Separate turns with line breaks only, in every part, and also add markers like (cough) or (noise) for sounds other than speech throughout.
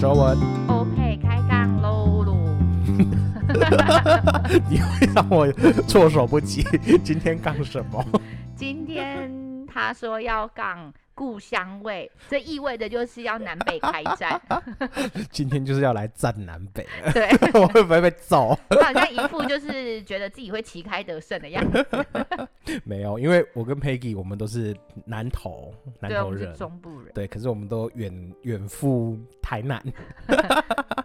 周文，
OK，开杠喽喽！
你会让我措手不及。今天干什
(laughs)
么？
今天他说要杠故乡味，这意味着就是要南北开
(laughs)
战。
今天就是要来战南北， (laughs)
对，
我会不会被揍？
他好像一副就是觉得自己会旗开得胜的样
(laughs)
子。
没有，因为我跟 Peggy 我们都是南投南
对，我
投
们是
人，
中部人，
对，可是我们都远远赴台南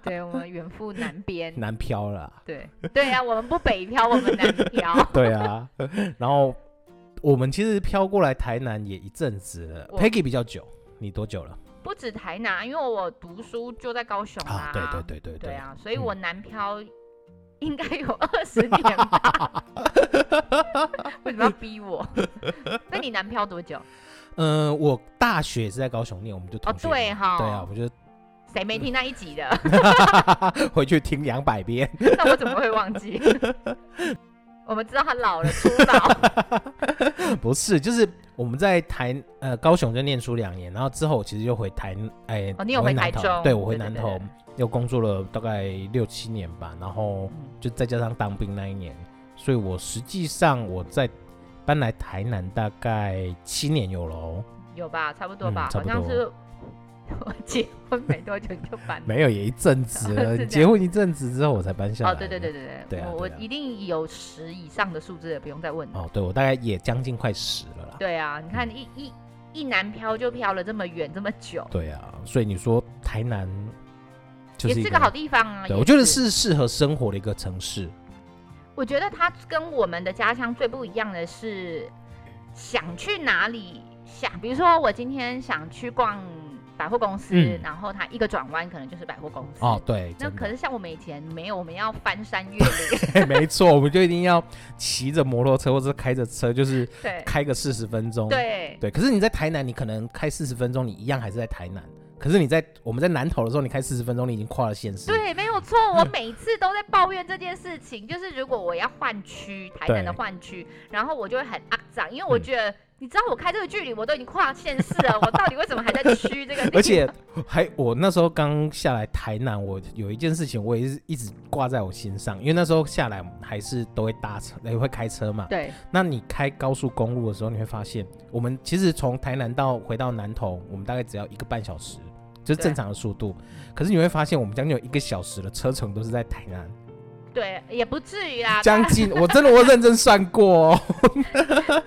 对我们远赴
(laughs)
南边。
南漂了
(laughs)
啊。
对对啊，我们不北漂，我们南漂。
对啊，然后我们其实飘过来台南也一阵子了
我
，Peggy 比较久，你多久了？
不止台南，啊因为我读书就在高雄
啊，对对
对
对对
对
对，
啊，所以
嗯
我南
(laughs)
漂应该有二十年吧？为什么要逼我？那你南漂多久？
嗯，我大学也是在高雄念，我们就
哦，
同学嘛。
对哈，
对啊，我就
谁没听那一集的？
(laughs) 回去听两百遍。
那我怎么会忘记？我们知道他老了，初老。
不是，就是我们在台呃高雄就念书两年，然后之后我其实就回台，哎、
哦你有
我
回
南
台
投
中
对我回
对对
南
对
投
对
又工作了大概六七年吧，然后
嗯
就再加上当兵那一年，所以我实际上我在搬来台南大概七年有喽，
有吧？差不多吧
嗯，差
好像
不多
是 (laughs) 我结婚没多久就搬。
没有也一阵子
(laughs) 是这
了，
样
结婚一阵子之后我才搬下来。
哦，对对对。对
对啊
我我
对啊
一定有十以上的数字了，不用再问了。
哦，对我大概也将近快十了啦。
对啊，你看一一一南漂就漂了这么远这么久，
对啊，所以你说台南就
也
是一
是个好地方啊。
对，
也
我觉得，是适合生活的一个城市。
我觉得它跟我们的家乡最不一样的是，想去哪里想，比如说我今天想去逛百货公司，
嗯
然后它一个转弯可能就是百货公司。
哦，对，
那
真的
可是像我们以前没有，我们要翻山越
(laughs)
岭，
没错，我们就一定要骑着摩托车或者是开着车，就是
对
开个四十分钟。
对
对，可是你在台南，你可能开四十分钟，你一样还是在台南。可是你在我们在南投的时候，你开四十分钟，你已经跨了县市。
对，没有错。我每次都在抱怨这件事情，就是如果我要换区，台南的
对
换区，然后我就会很肮脏，因为我
嗯
觉得、你知道我开这个距离，我都已经跨县市了，我到底为什么还在区这个地方？
而且还我那时候刚下来台南，我有一件事情我也是一直挂在我心上，因为那时候下来还是都会搭车，也会开车嘛。
对
那你开高速公路的时候，你会发现，我们其实从台南到回到南投，我们大概只要一个半小时，就是
对
正常的速
嗯
度。可是你会发现，我们将近有一个小时的车程都是在台南，
对，也不至于啊，
将近我真的我认真算
(laughs)
过、哦，
是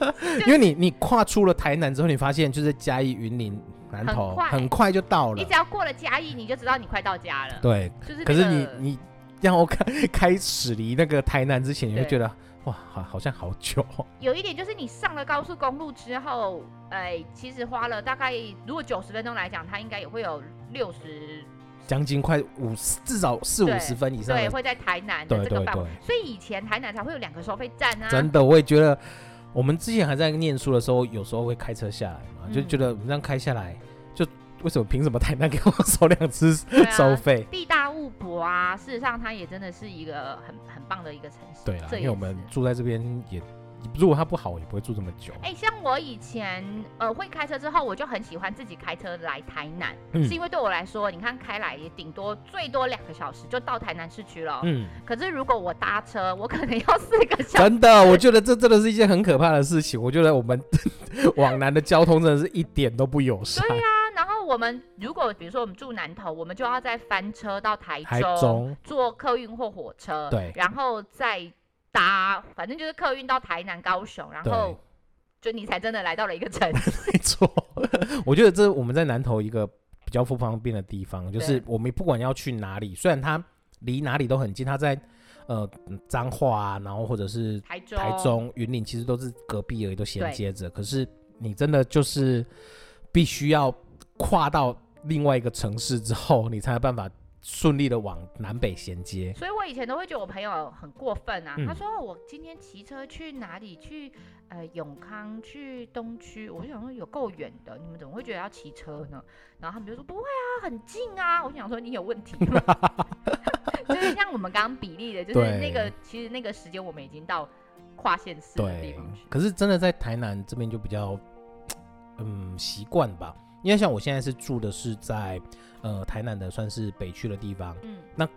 因为你你跨出了台南之后，你发现就是嘉义、云林、南投
很快
很快就到
你
了
只，要过了嘉义，你就知道你快到家了。
对。
就是那个、
可是你你让我开 (laughs) 开始离那个台南之前，你会
对
觉得哇，好好像好久哦、
有一点就是你上了高速公路之后，哎、其实花了大概如果九十分钟来讲，它应该也会有六十
将近快五十，至少四五
对
十分以上
对，
的
会在台南
对
的这个
对
范围
对，
所以以前台南才会有两个收费站啊。
真的，我也觉得，我们之前还在念书的时候，有时候会开车下来嘛，
嗯
就觉得我们这样开下来，就为什么凭什么台南给我收两次 (laughs)
(laughs) 对啊
收费？
地大物博啊，事实上它也真的是一个很很棒的一个城市。
对啦，
这
因
也
为
是
我们住在这边也，如果它不好，我也不会住这么久。
哎、像我以前呃会开车之后，我就很喜欢自己开车来台南，
嗯
是因为对我来说，你看开来也顶多最多两个小时就到台南市区了。
嗯，
可是如果我搭车，我可能要四个 (laughs) 小时。
真的，我觉得这真的是一件很可怕的事情。我觉得我们 (laughs) 往南的交通真的是一点都不友善。
对啊，然后我们如果比如说我们住南投，我们就要再翻车到台
台
中，
中
坐客运或火车，
对
然后再搭，反正就是客运到台南、高雄，然后就你才真的来到了一个城市。
(laughs) 没错，我觉得这是我们在南投一个比较不方便的地方，就是
对
我们不管要去哪里，虽然它离哪里都很近，它在呃彰化啊，然后或者是
台中，
台中、云林，其实都是隔壁而已，都衔
对
接着。可是你真的就是必须要跨到另外一个城市之后，你才有办法顺利的往南北衔接。
所以我以前都会觉得我朋友很过分啊，
嗯
他说我今天骑车去哪里？去呃永康，去东区，我就想说有够远的，你们怎么会觉得要骑车呢？然后他们就说不会啊，很近啊。我就想说你有问题吗？ (laughs) 就是像我们刚刚比例的，就是
对
那个其实那个时间我们已经到跨县市的地
对
方去，。
可是真的在台南这边就比较，嗯，习惯吧。因为像我现在是住的是在呃台南的算是北区的地方，
嗯，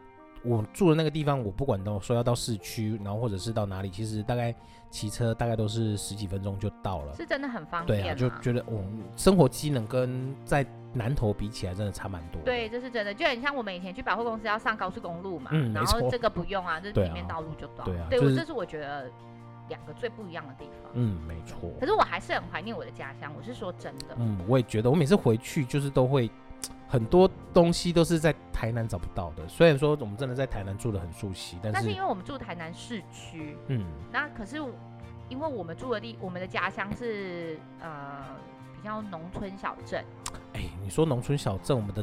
我住的那个地方，我不管到说要到市区，然后或者是到哪里，其实大概骑车大概都是十几分钟就到了。
是真的很方
对
便
啊，
啦
就觉得哦，生活机能跟在南投比起来，真的差蛮多。
对，，这是真的，就很像我们以前去百货公司要上高速公路嘛，
嗯
然
没错
后这个不用
(laughs)
啊，这
对啊
里面道路就到。
对啊
对，
就
我
是
这是我觉得两个最不一样的地方。
嗯，没错。
可是我还是很怀念我的家乡，我是说真的。
嗯，我也觉得，我每次回去就是都会很多东西都是在台南找不到的。虽然说我们真的在台南住的很熟悉，但
但是
是
因为我们住台南市区，
嗯，
那可是因为我们住的地，我们的家乡是呃比较农村小镇，
哎、你说农村小镇，我们的。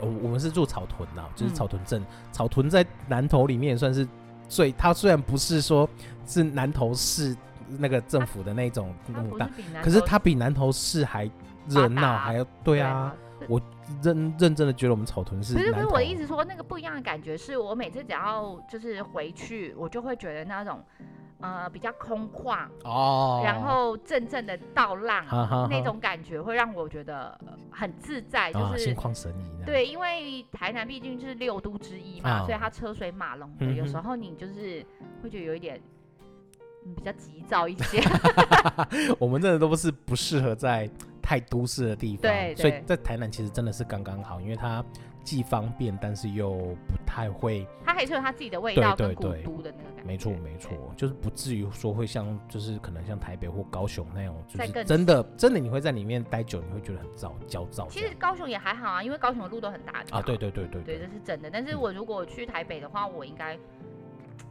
我我们是住草屯呐、就是
嗯
草屯镇。草屯在南投里面也算是最，它虽然不是说是南投市那个政府的那种
啊它
那
不
么
是
大，
比南
可是
投
它比南投市还热
发
闹，
达
还要对啊，，
是
认认真的觉得我们草屯是
不是不
南
是
投。
我的意思说，那个不一样的感觉是我每次只要就是回去，我就会觉得那种呃比较空旷，
哦，
然后阵阵的倒浪、
哈哈哈
那种感觉，会让我觉得呃很自在，就
啊
是、
心旷神怡，，
对，因为台南毕竟是六都之一嘛，
啊
所以它车水马龙的，
嗯哼
有时候你就是会觉得有一点。嗯比较急躁一些，
我们真的都不是不适合在太都市的地方，
对
所以
对
在台南其实真的是刚刚好，因为它既方便，但是又不太会，
它还是有它自己的味
对
道
对
跟古
对
都的那个感觉。
没错没错，就是不至于说会像就是可能像台北或高雄那种，就
再
是
更
真的真的你会在里面待久，你会觉得很燥焦躁
其
这
实
样。
高雄也还好啊，因为高雄的路都很大条
啊，对对对对
对，
对
这，是真的。但是
嗯
我如果去台北的话，我应该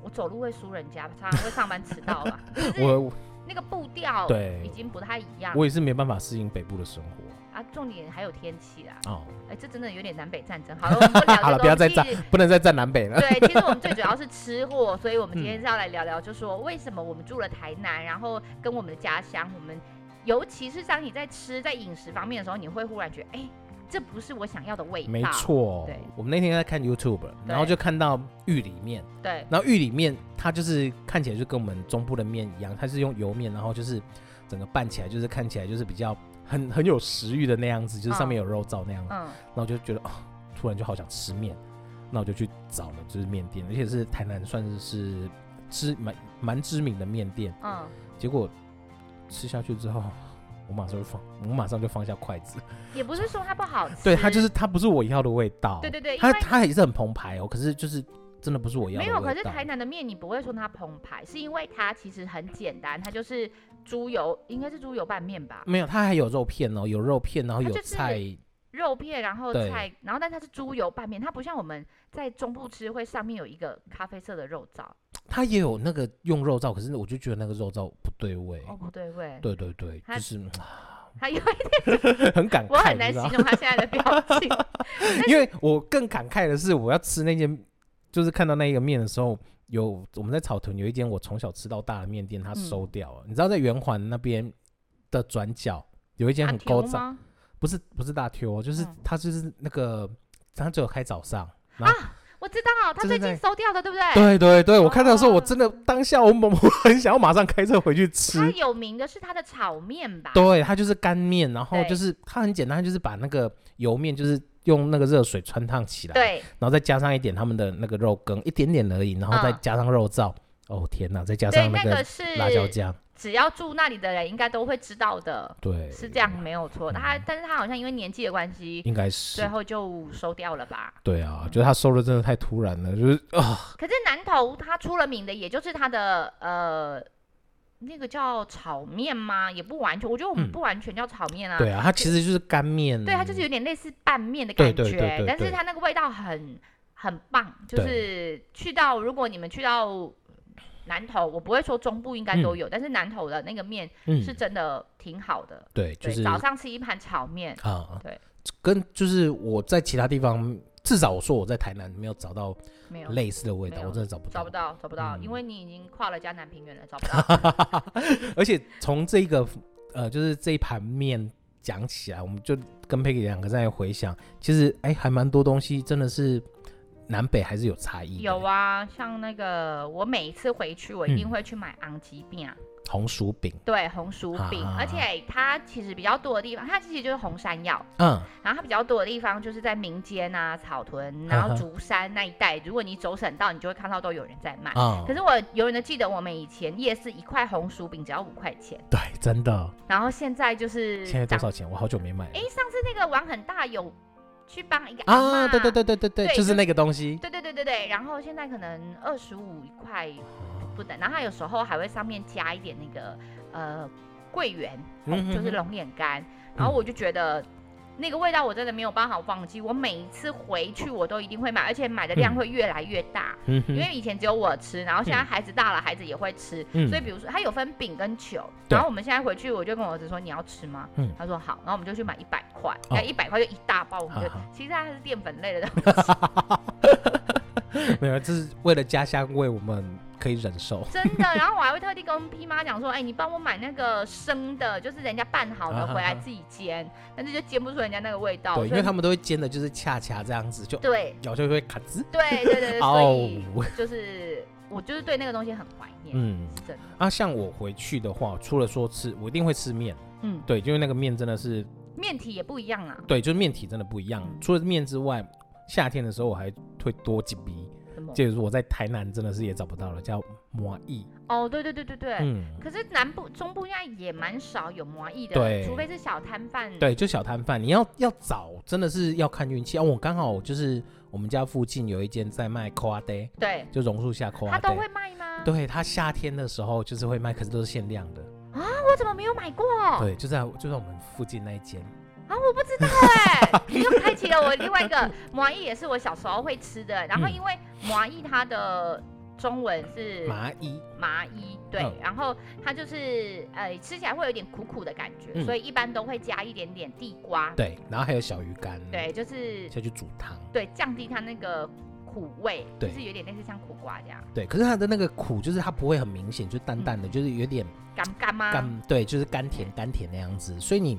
我走路会输人家，常常会上班迟到
(laughs)
吧。就是
我我
那个步调已
对
经不太一样
我也是没办法适应北部的生活
啊。重点还有天气啦，
哦，
哎、这真的有点南北战争。好
(laughs)
了，我们不聊这
好了不要
东
再
西
站 (laughs) 不能再站南北了。
对，其实我们最主要是吃货，所以我们今天
嗯
是要来聊聊，就说为什么我们住了台南，然后跟我们的家乡，我们尤其是当你在吃在饮食方面的时候，你会忽然觉得，哎、这不是我想要的味道。
没，错
对，
我们那天在看 YouTube，然后就看到玉里面，
对，
然后玉里面它就是看起来就跟我们中部的面一样，它是用油面，然后就是整个拌起来，就是看起来就是比较很很有食欲的那样子，就是上面有肉燥那样子。
嗯，
然后我就觉得哦，突然就好想吃面，那我就去找了就是面店，而且是台南算是是知蛮蛮知名的面店。
嗯，
结果吃下去之后，我马上就放，我马上就放下筷
(laughs)
子。
也不是说它不好吃，
对，它就是它不是我要的味道。
对对对，因
它
为
它也是很澎湃哦，可是就是真的不是我要的
没
味
有，
道。
可是台南的面你不会说它澎湃，是因为它其实很简单，它就是猪油，应该是猪油拌面吧，
没有，它还有肉片哦，有肉片，然后
它
有
就是
菜，
肉片，然后
对
菜，然后但它是猪油拌面，它不像我们在中部吃会上面有一个咖啡色的肉燥，
它也有那个用肉燥，可是我就觉得那个肉燥不对味。
哦不对味，
对对对，
它
就是 (laughs) 嗯
它有
(laughs) 很感
我
慨，
很
你
难
知
形
道吗？
容它现在的表
(laughs)
情，
因为我更感慨的是，我要吃那间，就是看到那一个面的时候，有我们在草屯有一间我从小吃到大的面店，它
嗯
收掉了。你知道在圆环那边的转角有一间
阿
很
丢
高涨，
吗？
不是不是大 Q，哦就是
嗯
它就是那个它只有开早上。
我知道，它
就是
最
在
近收掉的，对不对？
对对对，我看到的时候，我
哎哦
真的当下我猛，我很想要马上开车回去
它
吃。
有名的是它的炒面吧？
对，它就是干面，然后
对
就是它很简单，就是把那个油面就是用那个热水穿烫起来，，
对，
然后再加上一点他们的那个肉羹，一点点而已，然后再
嗯
加上肉燥，哦天哪，再加
对，
上
那
个
个是
辣椒酱，
只要住那里的人应该都会知道的。
对，
是这样，没有错。
嗯
他，但是他好像因为年纪的关系，
应该
最
是。
后就收掉了吧？
对啊，就是他收的真的太突然了，就是啊，
可是南投他出了名的，也就是他的呃，那个叫炒面吗？也不完全，我觉得我们
嗯
不完全叫炒面啊。
(laughs) 对啊，它其实就是干面，
对，它就是有点类似拌面的
对
感
对对对
觉，但
对
是它那个味道很很棒，就
对
是去到如果你们去到。南投，我不会说中部应该都有，但是南投的那个面是
嗯，
真的挺好的。
对，就
对，
是
早上吃一盘炒面，
啊，
对，
跟就是我在其他地方，至少我说我在台南没有找到
没有
类似的味道，
没有
我真的找不
找
到
不。到，找不到，因
嗯
为你已经跨了江南平原了，找不到。
(laughs) 而且从这个呃，就是这一盘面讲起来，我们就跟 Peggy 两个在回想，其实哎，还蛮多东西真的是南北还是有差异的。
有啊，像那个我每一次回去，我一定
嗯
会去买昂吉饼啊，
红薯饼，
对，红薯饼，
啊
而且它其实比较多的地方，它其实就是红山药，
嗯，
然后它比较多的地方就是在民间啊、草屯，然
(laughs)
后
嗯哼
竹山那一带，如果你走省道，你就会看到都有人在卖。
啊、
可是我永远都记得，我们以前夜市一块红薯饼只要五块钱，
对，真的。
然后现在就是
现在多
涨
少钱？我好久没买了
哎、。上次那个玩很大有去帮一个阿
啊，
嬷
对对对对对对，
对
就
就是
那个东西。
对对对对对，然后现在可能二十五块不等，然后它有时候还会上面加一点那个呃桂圆，哦
嗯
就是
哼
龙眼干，然后我就觉得。那个味道我真的没有办法忘记，我每一次回去我都一定会买，而且买的量
嗯
会越来越大，
嗯哼
因为以前只有我吃，然后现在
嗯
孩子大了，孩子也会吃，
嗯
所以比如说它有分饼跟球，
对
然后我们现在回去我就跟我儿子说你要吃吗？
嗯
他说好，然后我们就去买一百块，
哦
那一百块就一大包，我们就
哈哈
其实它是淀粉类的东西，
没有，这是为了家乡味，我们可以忍受。
真的。然后我还会特地跟พี่妈讲说，哎，你帮我买那个生的，就是人家拌好
啊
的
哈
回来
哈
自己煎，但是就煎不出人家那个味道。
对，因
所以
为他们都会煎的，就是恰恰这样子，就
对
咬就会卡滋。
对对对对，所 (laughs)
哦，
以就是我就是对那个东西很怀念，
嗯
是真的。
啊，像我回去的话，除了说吃，我一定会吃面。
嗯，
对，因为那个面真的是，
面体也不一样啊，
对，就是面体真的不一样。除了面之外，夏天的时候我还会多几鼻，
什么？
就是我在台南真的是也找不到了，叫麻意。
哦，对对对对对。
嗯，
可是南部、中部应该也蛮少有麻艺的，
对
除非是小摊贩。
对，就小摊贩，你要要找真的是要看运气啊。我刚好就是我们家附近有一间在卖 c o a day，
对，
就榕树下 c o
他
a
都
day。
会卖吗？
对，它夏天的时候就是会卖，可是都是限量的。
我怎么没有买过？啊，
对，就在就在我们附近那一间。
我不知道哎， (laughs) 你又开启了我另外一个麻艺，也是我小时候会吃的。然后
嗯
因为麻艺它的中文是
麻衣，
麻衣，对，
嗯
然后它就是呃吃起来会有点苦苦的感觉，
嗯
所以一般都会加一点点地瓜，
对，然后还有小鱼干，
对，，就是
下去煮汤，
对降低它那个苦味，就
对
是有点类似像苦瓜这样，
对。可是它的那个苦，就是它不会很明显，就淡淡
嗯
的，就是有点
干干吗？
甘，对，就是甘甜甘甜那样子。所以你，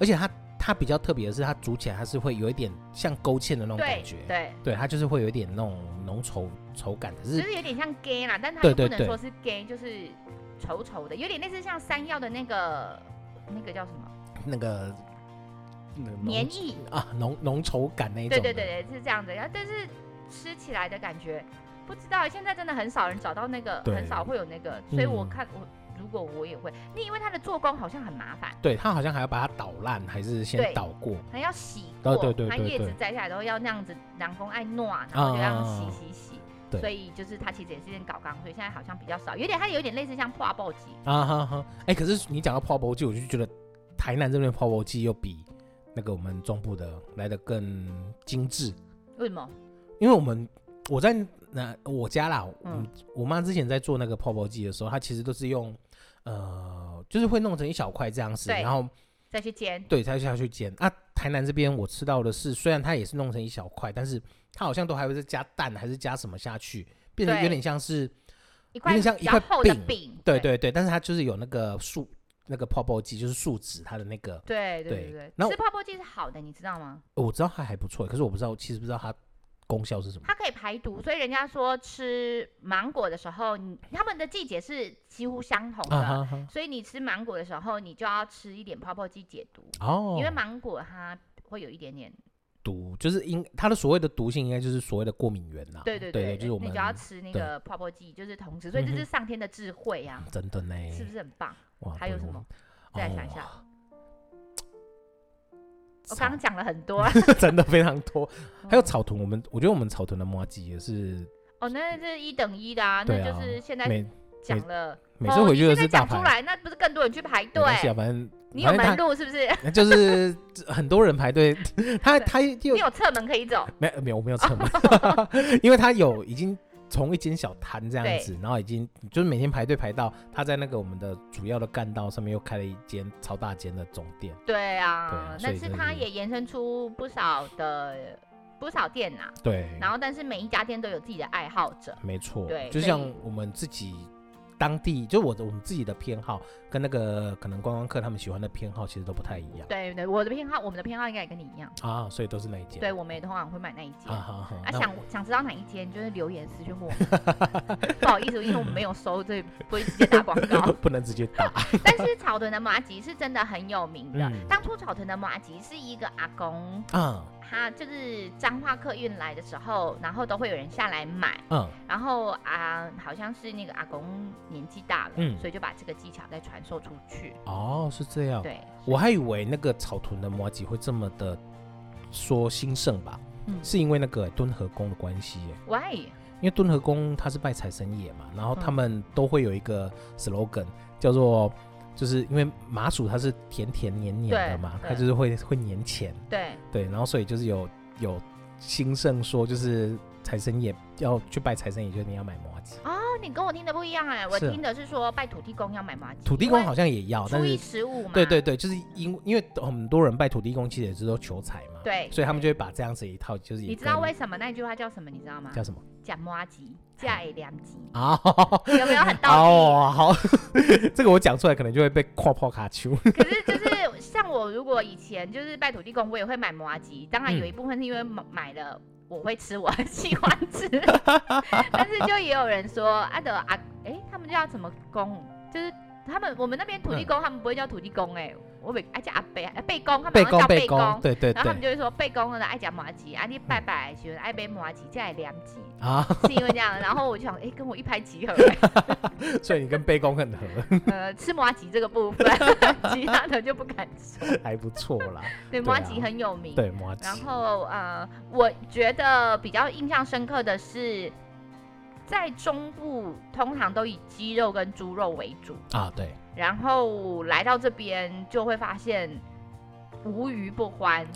而且它它比较特别的是，它煮起来它是会有一点像勾芡的那种感
对
觉，
对，
对，它就是会有一点那种浓稠稠感，可
就是是有点像 gay 啦，但它
对
又不
对
能
对
说是 gay，就是稠稠的，有点类似像山药的那个那个叫什么
那个那个浓
黏液，
啊浓浓稠感那一种
对
的，
对对对，是这样子。然后但是吃起来的感觉，不知道现在真的很少人找到那个，
对
很少会有那个，所以我
嗯
看我。如果我也会，那因为它的做工好像很麻烦，
对，它好像还要把它捣烂，还是先
对
捣过，
还要洗过，
哦对对
它
对
叶子
对
摘下来都要那样子，南宫爱糯，然后就这样
啊
洗洗洗，
对
所以就是它其实也是一件搞纲，所以现在好像比较少，有点它有点类似像破报机，
啊哈哈！哎、可是你讲到泡泡剂，我就觉得台南这边的泡泡剂又比那个我们中部的来的更精致，
为什么？
因为我们我在那、我家啦，
嗯
嗯，我妈之前在做那个泡泡剂的时候，她其实都是用呃，就是会弄成一小块这样子，
对
然后
再去煎，
对，她就下去煎。啊，台南这边我吃到的是，虽然它也是弄成一小块，但是它好像都还会再加蛋还是加什么下去，变成
对
有点像是
一块
有点像
比
一
较
块
厚的
饼
饼，
对对对，但是它就是有那个树那个泡泡剂，就是树脂它的那个。
对对
对
对对
然后
吃泡泡剂是好的，你知道吗？
我知道它还不错，可是我不知道，其实不知道它功效是什么。
它可以排毒，所以人家说吃芒果的时候，你他们的季节是几乎相同的，
啊哈哈！
所以你吃芒果的时候，你就要吃一点泡泡剂解毒，
哦
因为，芒果它会有一点点，
毒就是应它的所谓的毒性，应该就是所谓的过敏源啦。
对对
啊对
对，
就是我
你
们
就要吃那
对
个泡泡剂，就是同时，所以这
嗯哼
是上天的智慧呀、
嗯真的呢。
是不是很棒？
哇
还有什么？？
对
再来
我
想一下
哦
我
(laughs)
刚刚讲嗯了很多，
草真的非常多，还有草屯，我们我觉得我们草屯的麻吉也是，
哦，那是一等一的啊，那
对啊
就是现在
每
讲了，
每次回去
哦
都
你现在
是大
讲出
排，
来，那不是更多人去排
没
队？
关系啊，反正
你有
反正
门路是不是？ (laughs)
他就是 (laughs) 很多人排队，他他又
你有哦侧门可以走？
没有没有，我没有
(laughs)
撑，
啊
因为他有已经从一间小摊这样子，然后已经就是每天排队排到他在那个我们的主要的干道上面又开了一间超大间的总店，
对
对
啊
啊，所
但
以
是
真的
它
是
也延伸出不少的不少店呐、
对，
然后但是每一家店都有自己的爱好者，
没错，
对所
就
以
像我们自己当地，就我的我们自己的偏好跟那个可能观光客他们喜欢的偏好其实都不太一样
对对，我的偏好，我们的偏好应该也跟你一样。
啊，所以都是那一间。
对，我们也通常会买那一间。
啊，好好。
啊，
那 (laughs)
想想知道哪一间，就是留言私讯问我们。 (laughs) 不好意思，因为我们没有收，所以不会直接打广告
我。不能直接打。
但是草屯的麻吉是真的很有名的。
嗯
当初草屯的麻吉是一个阿公，
啊，
他就是彰化客运来的时候，然后都会有人下来买。
嗯
然后啊，好像是那个阿公年纪大了，
嗯
所以就把这个技巧再传授出去。
哦，是这样。
对，
我还以为那个草屯的摩吉会这么的说兴盛吧，
嗯
是因为那个敦和宫的关系耶。
喂，
因为敦和宫它是拜财神爷嘛，然后
嗯
他们都会有一个 slogan 叫做，就是因为麻薯它是甜甜黏黏的嘛，
对
它就是会会粘钱，
对，
对，然后所以就是有有兴盛说就是财神爷要去拜财神爷，就是你要买摩吉，
哦，你跟我听的不一样哎、我
是
听的是说拜土地公要买麻吉，
土地公好像也要，但
初一
是
十五嘛，
对对对，就是因因为很多人拜土地公其实也是都求财嘛，
对
所以他们就会把这样子一套就是也
你知道
跟
为什么那句话叫什么？你知道吗？
叫什么
假麻吉，假良
(laughs)
吉，
啊？
有没有很道
哦，好，这个我讲出来可能就会被跨破卡丘。
理？可是就是像我，如果以前就是拜土地公，我也会买麻吉。当然
嗯
有一部分是因为买买了我会吃，我很喜欢吃。但是就也有人说，阿德阿，哎、他们叫什么公？就是他们我们那边土地公，他们不会叫土地公、哎，我北爱叫阿北啊贝公，他们
背
好像
公
叫
背
贝
公，
公。
对对
然后他们
对
就会说背公的爱讲麻吉，啊你拜拜的时候爱买麻吉，这良吉，
啊， (laughs)
是因为这样。然后我就想，哎、跟我一拍即合、
所以你跟背公很合， (laughs)
呃，吃麻吉这个部分， (laughs) 其他的就不敢说。
还不错
(laughs)
啦。
对，
对啊
麻吉很有名。
对，摩吉
然后呃，我觉得比较印象深刻的是，在中部通常都以鸡肉跟猪肉为主，
啊，
(laughs)
对，
然后来到这边就会发现无鱼不欢。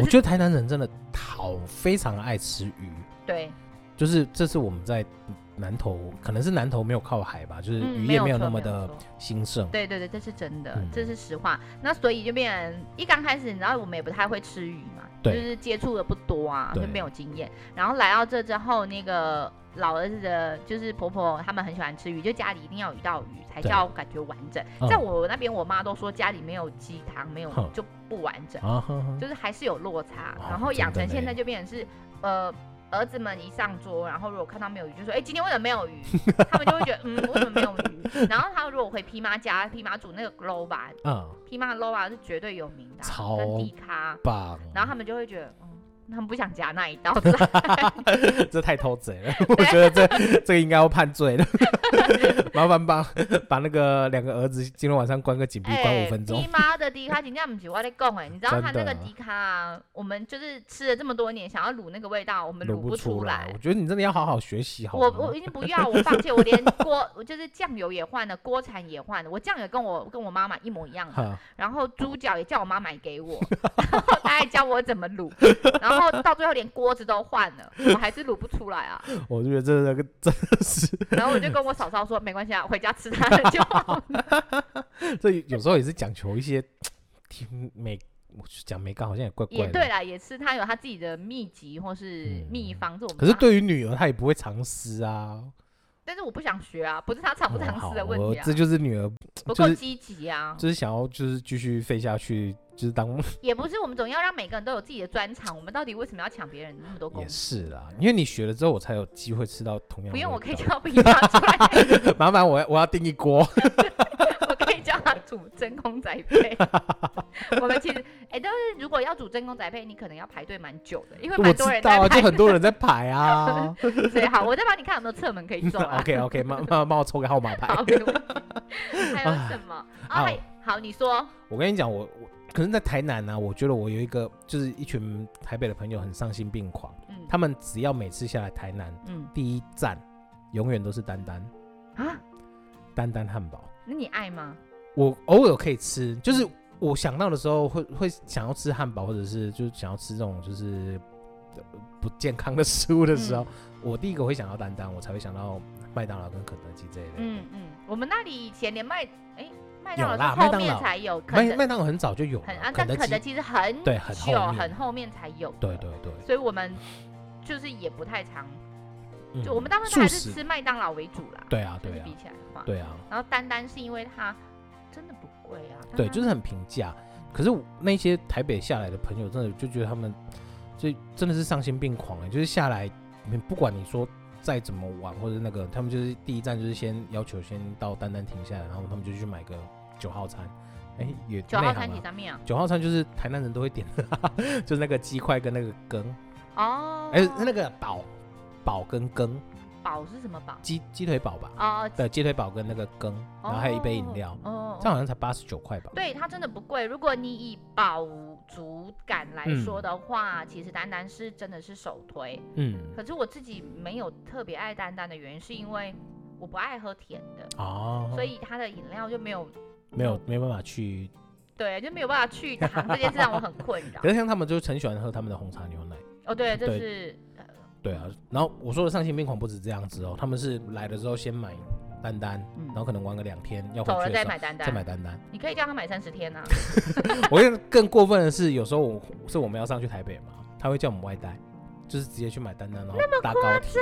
我觉得台南人真的好非常爱吃鱼，
对，
就是这是我们在南投，可能是南投没有靠海吧，就是
嗯，
渔
没
业
有
没有
错
那么。
没有
的
错
兴盛。
对对对，这是真的，
嗯
这是实话。那所以就变成一刚开始，你知道我们也不太会吃鱼嘛，就
对
是接触的不多啊，就
对
没有经验。然后来到这之后，那个老儿子的，就是婆婆他们很喜欢吃鱼，就家里一定要有一道鱼才
对
叫感觉完整。
嗯
在我那边，我妈都说家里没有鸡汤，没有
哼
就不完整，
啊，呵呵
就是还是有落差。
哦
然后养
真
成
的
现
嘞
在就变成是，呃。儿子们一上桌，然后如果看到没有鱼，就说：“哎、今天为什么没有鱼？”他们就会觉得：“嗯，为什么没有鱼？”然后他如果回披妈家，披妈煮那个捞吧，
嗯，
披妈捞啊是绝对有名的啊、
超哦
跟低咖。
棒，
然后他们就会觉得，嗯，他们不想夹那一
(laughs)
道菜。
这太偷贼
(laughs)
了，我觉得这这个应该要判罪了。 (laughs) 麻烦把把那个两个儿子今天晚上关个紧闭，
哎
关五分钟
披。妈的低咖，人家不是我在讲哎，你知道他那
真
个
的
低咖啊，我们就是吃了这么多年，想要卤那个味道，我们
卤
卤
不
出
出
来
来，我。觉得你真的要好好学习，好
我
吗
我已经不要，我放弃，我连锅，我就是酱油也换了，锅铲也换了，我酱油跟我跟我妈妈一模一样的，
哈
然后猪脚也叫我妈买给我， (laughs) 然后她还教我怎么卤，然后到最后连锅子都换了，我还是卤不出来啊。
我就觉得这个真的是，
然后我就跟我嫂嫂说，没关系啊，回家吃它的就
(laughs)
好。
这有时候也是讲求一些挺美，我讲美感好像也怪怪
也
的。
对啦，也是她有她自己的秘籍或是
嗯
秘方，这我们
可
不知
是
道，
对于女儿，她也不会藏私啊，
但是我不想学啊，不是她尝不
哦
尝
好
试的问
我
题啊
这，就是女儿，
不
就
够
是
积极啊，
就是想要就是继续废下去，就是当
也不是我们总要让每个人都有自己的专长，我们到底为什么要抢别人那么多
也
工作？
是啦。因为你学了之后，我才有机会吃到同样的。
不用，我可以叫别妈出来，
麻烦我要我要订一锅。
我可以叫他煮真空宅配。 (laughs) 我们其实，哎、但是如果要煮真空宅配，你可能要排队蛮久的，因为
我
蛮
知
多人
道
在
啊，就
排
很多人在排啊。
(laughs) 队。所以好，我再帮你看有没有侧门可以走
(laughs)
啊。
OK OK，帮帮帮我抽个号码
(laughs)
牌。
好，没问题。还有什么？啊，
啊
还好，你说。
我跟你讲，我我可是在台南呢、啊，我觉得我有一个就是一群台北的朋友很丧心病狂，
嗯
他们只要每次下来台南，
嗯
第一站永远都是丹丹
啊，
丹丹汉堡。
那你爱吗？
我偶尔可以吃，就是我想到的时候会会想要吃汉堡，或者是就是想要吃这种就是呃不健康的食物的时候，
嗯
我第一个会想到丹丹，我才会想到麦当劳跟肯德基这一类的。
嗯嗯，我们那里以前连麦哎麦当劳
有啦
是
麦
后
当
面
劳
才有，肯
麦
德
麦当劳很早就有了
很，啊，
肯
但
德
肯德
基
基是很
对很
久
后面
很后面才有。
对对对，
所以我们就是也不太常
嗯
就我们当时还是
素食
吃麦当劳为主啦，
对啊
就
对
是
啊
比起来的话，
对啊，
然后单单是因为它真的不贵啊，单
对，
单
就是很平价。可是我那些台北下来的朋友，真的就觉得他们就真的是丧心病狂哎、就是下来，你不管你说再怎么玩或者那个，他们就是第一站就是先要求先到丹丹停下来，然后他们就去买个九号餐，哎、也
九
内
号
行
餐
啊
几张面啊？
九号餐就是台南人都会点的， (laughs) 就是那个鸡块跟那个羹，
哦，
哎、那个煲煲跟羹，
宝是什么宝？
鸡鸡腿堡吧，
哦，
对，鸡腿堡跟那个羹，然后还有一杯饮料，
哦，
这
哦
样好像才八十九块吧？
对，它真的不贵。如果你以饱足感来
嗯
说的话，其实单单是真的是首推。
嗯，
可是我自己没有特别爱丹丹的原因，是因为我不爱喝甜的，
哦，
所以它的饮料就没有
没有没办法去，
对，就没有办法去糖这件事让我很困扰
可。是像他们就很喜欢喝他们的红茶牛奶，
哦，对，这
对
是呃
对啊。然后我说的丧心病狂不止这样子哦，他们是来的时候先买单单，
嗯
然后可能玩个两天，要回
走了
去的
再
时候
买单
再买
单，
单单。
你可以叫他买三十天啊
(laughs)
呐。
我跟更过分的是，有时候我是我们要上去台北嘛，他会叫我们外带，就是直接去买单单，然后搭高铁。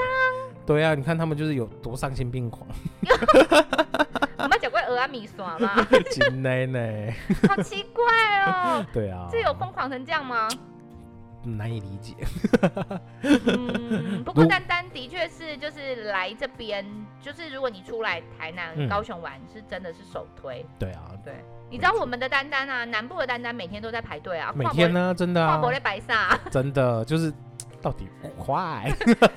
对啊，你看他们就是有多丧心病狂，
我们讲过鹅啊米耍吗？
真奶奶。
(laughs) 好奇怪哦，
对啊，
这有疯狂成这样吗？
难以理解。
嗯，不过
如
丹丹的确是就是来这边，就是如果你出来台南、
嗯
高雄玩，是真的是首推。
对啊，
对，你知道我们的丹丹啊，南部的丹丹每天都在排队啊，
每天
呢，
呢、真的
跨
啊
博，的白沙，
真的就是到底 why？
(laughs)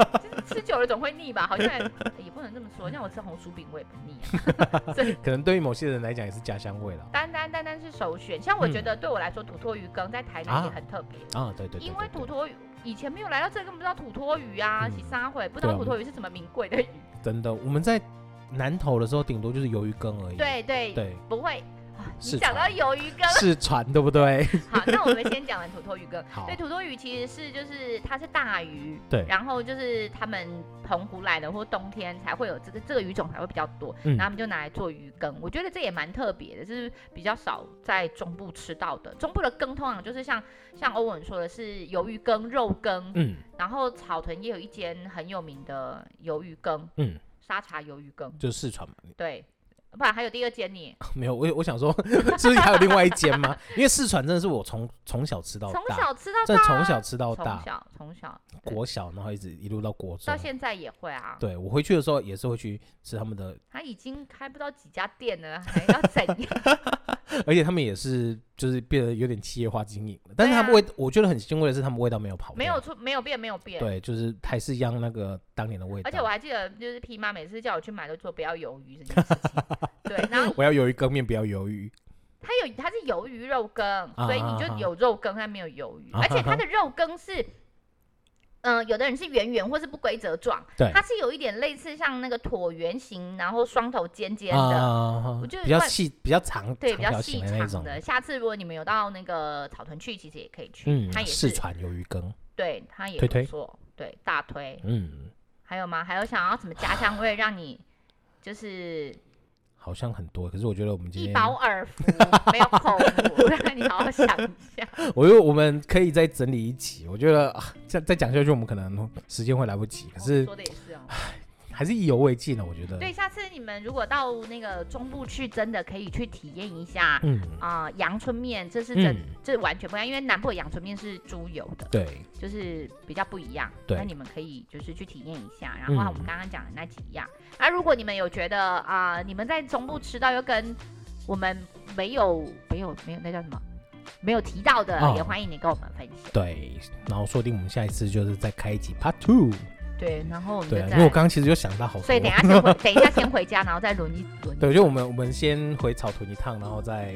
吃久了总会腻吧？好像也也不能这么说，像我吃红薯饼我也不腻啊。
可能对于某些人来讲也是家乡味了
丹丹丹丹是首选，像我觉得对我来说，土托鱼羹在台南也很特别，
嗯啊。对对对对
因为土
对
托鱼以前没有来到这里，根本不知道土托鱼啊，
嗯
喜沙会不知道
对啊嗯
土托鱼是什么名贵的鱼，
真的，我们在南投的时候，顶多就是鱿鱼羹而已。
对对，
对，
不会。啊你
是
讲到
才
鱿鱼羹，
是船对不对？ (laughs)
好，那我们先讲完土托鱼羹。
好
对，土托鱼其实是就是它是大鱼，
对
然后就是他们澎湖来的或冬天才会有这个这个鱼种才会比较多，
嗯
然后他们就拿来做鱼羹。我觉得这也蛮特别的，就是比较少在中部吃到的。中部的羹通常就是像像欧文说的是鱿鱼羹、肉羹，
嗯
然后草屯也有一间很有名的鱿鱼羹，
嗯，
沙茶鱿鱼羹，
就是四川嘛。
对，不然还有第二间你。
没有，我我想说，是不是还有另外一间 (laughs) 吗？因为四川真的是我从从小吃到
从
大，
小吃到大
真的
啊，
从小吃到
从
大，
小从小
国小然后一直一路到国中
到。现在也会啊。
对我回去的时候也是会去吃他们的，
他已经开不到几家店了，还要怎
(laughs)
样？
而且他们也是就是变得有点企业化经营了，但是
对啊
他们味，我觉得很欣慰的是他们味道没有跑掉，
没有出，没有变，没有变。
对，就是还是一样那个当年的味道。
而且我还记得，就是 P 妈每次叫我去买，都说不要鱿鱼这件事情。
(laughs)
对，然后
我要鱿鱼羹面，不要鱿鱼。
它有它是鱿鱼肉羹，所以你
啊啊
就
啊
有肉羹，但没有鱿鱼。
啊
而且它
哈哈
的肉羹是，嗯、有的人是圆圆或是不规则状，
对
它是有一点类似像那个椭圆形，然后双头尖尖的。
啊
我觉得
比较
外
细、比较长、
对，
长
比较
条
细
形的那
长
种。
的。下次如果你们有到那个草屯去，其实也可以去，
嗯
它，也
四
是，
川鱿鱼羹，
对，它也
推
不
推
错，对，大推。
嗯，
还有吗？还有想要什么家乡味让你就是
好像很多，可是我觉得我们今
一啊
天，
饱耳福，没有口福，让你好好想一下。
(laughs) 我觉得我们可以再整理一集。我觉得啊再再讲下去，我们可能时间会来不及， (laughs) 可
哦
是嗯
说的也是
(laughs)
哦。
还是意犹未尽呢。啊我觉得，
对，下次你们如果到那个中部去，真的可以去体验一下
嗯，
啊、阳春面，这是真、
嗯
这完全不一样，因为南部的阳春面是猪油的，
对，
就是比较不一样。
对
那你们可以就是去体验一下，然后啊
嗯
我们刚刚讲的那几样。啊，如果你们有觉得啊、你们在中部吃到又跟我们没有没有没有那叫什么没有提到的，
哦
也欢迎你跟我们分享。
对，然后说不定我们下一次就是再开一集 Part Two。
对，然后我们就
对啊，因为我
再，
刚刚其实就想到好多，
(laughs) 所以等一下先回，等一下先回家，然后再轮一轮，
对，就我们我们先回草屯一趟，然后再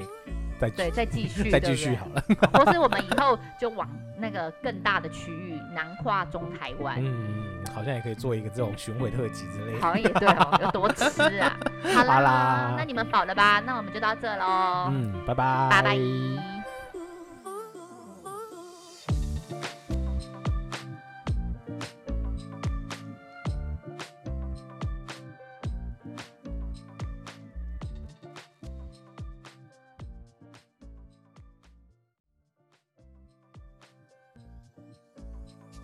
再
对，再继续，
(laughs) 再
对
继
不对
续好了。
或是我们以后就往那个更大的区域，南跨中台湾，
嗯，好像也可以做一个这种巡回特辑之类的。
好像也对哦，有多吃啊！好啦，
好啦
那你们饱了吧？那我们就到这喽，
嗯，拜拜，
拜拜。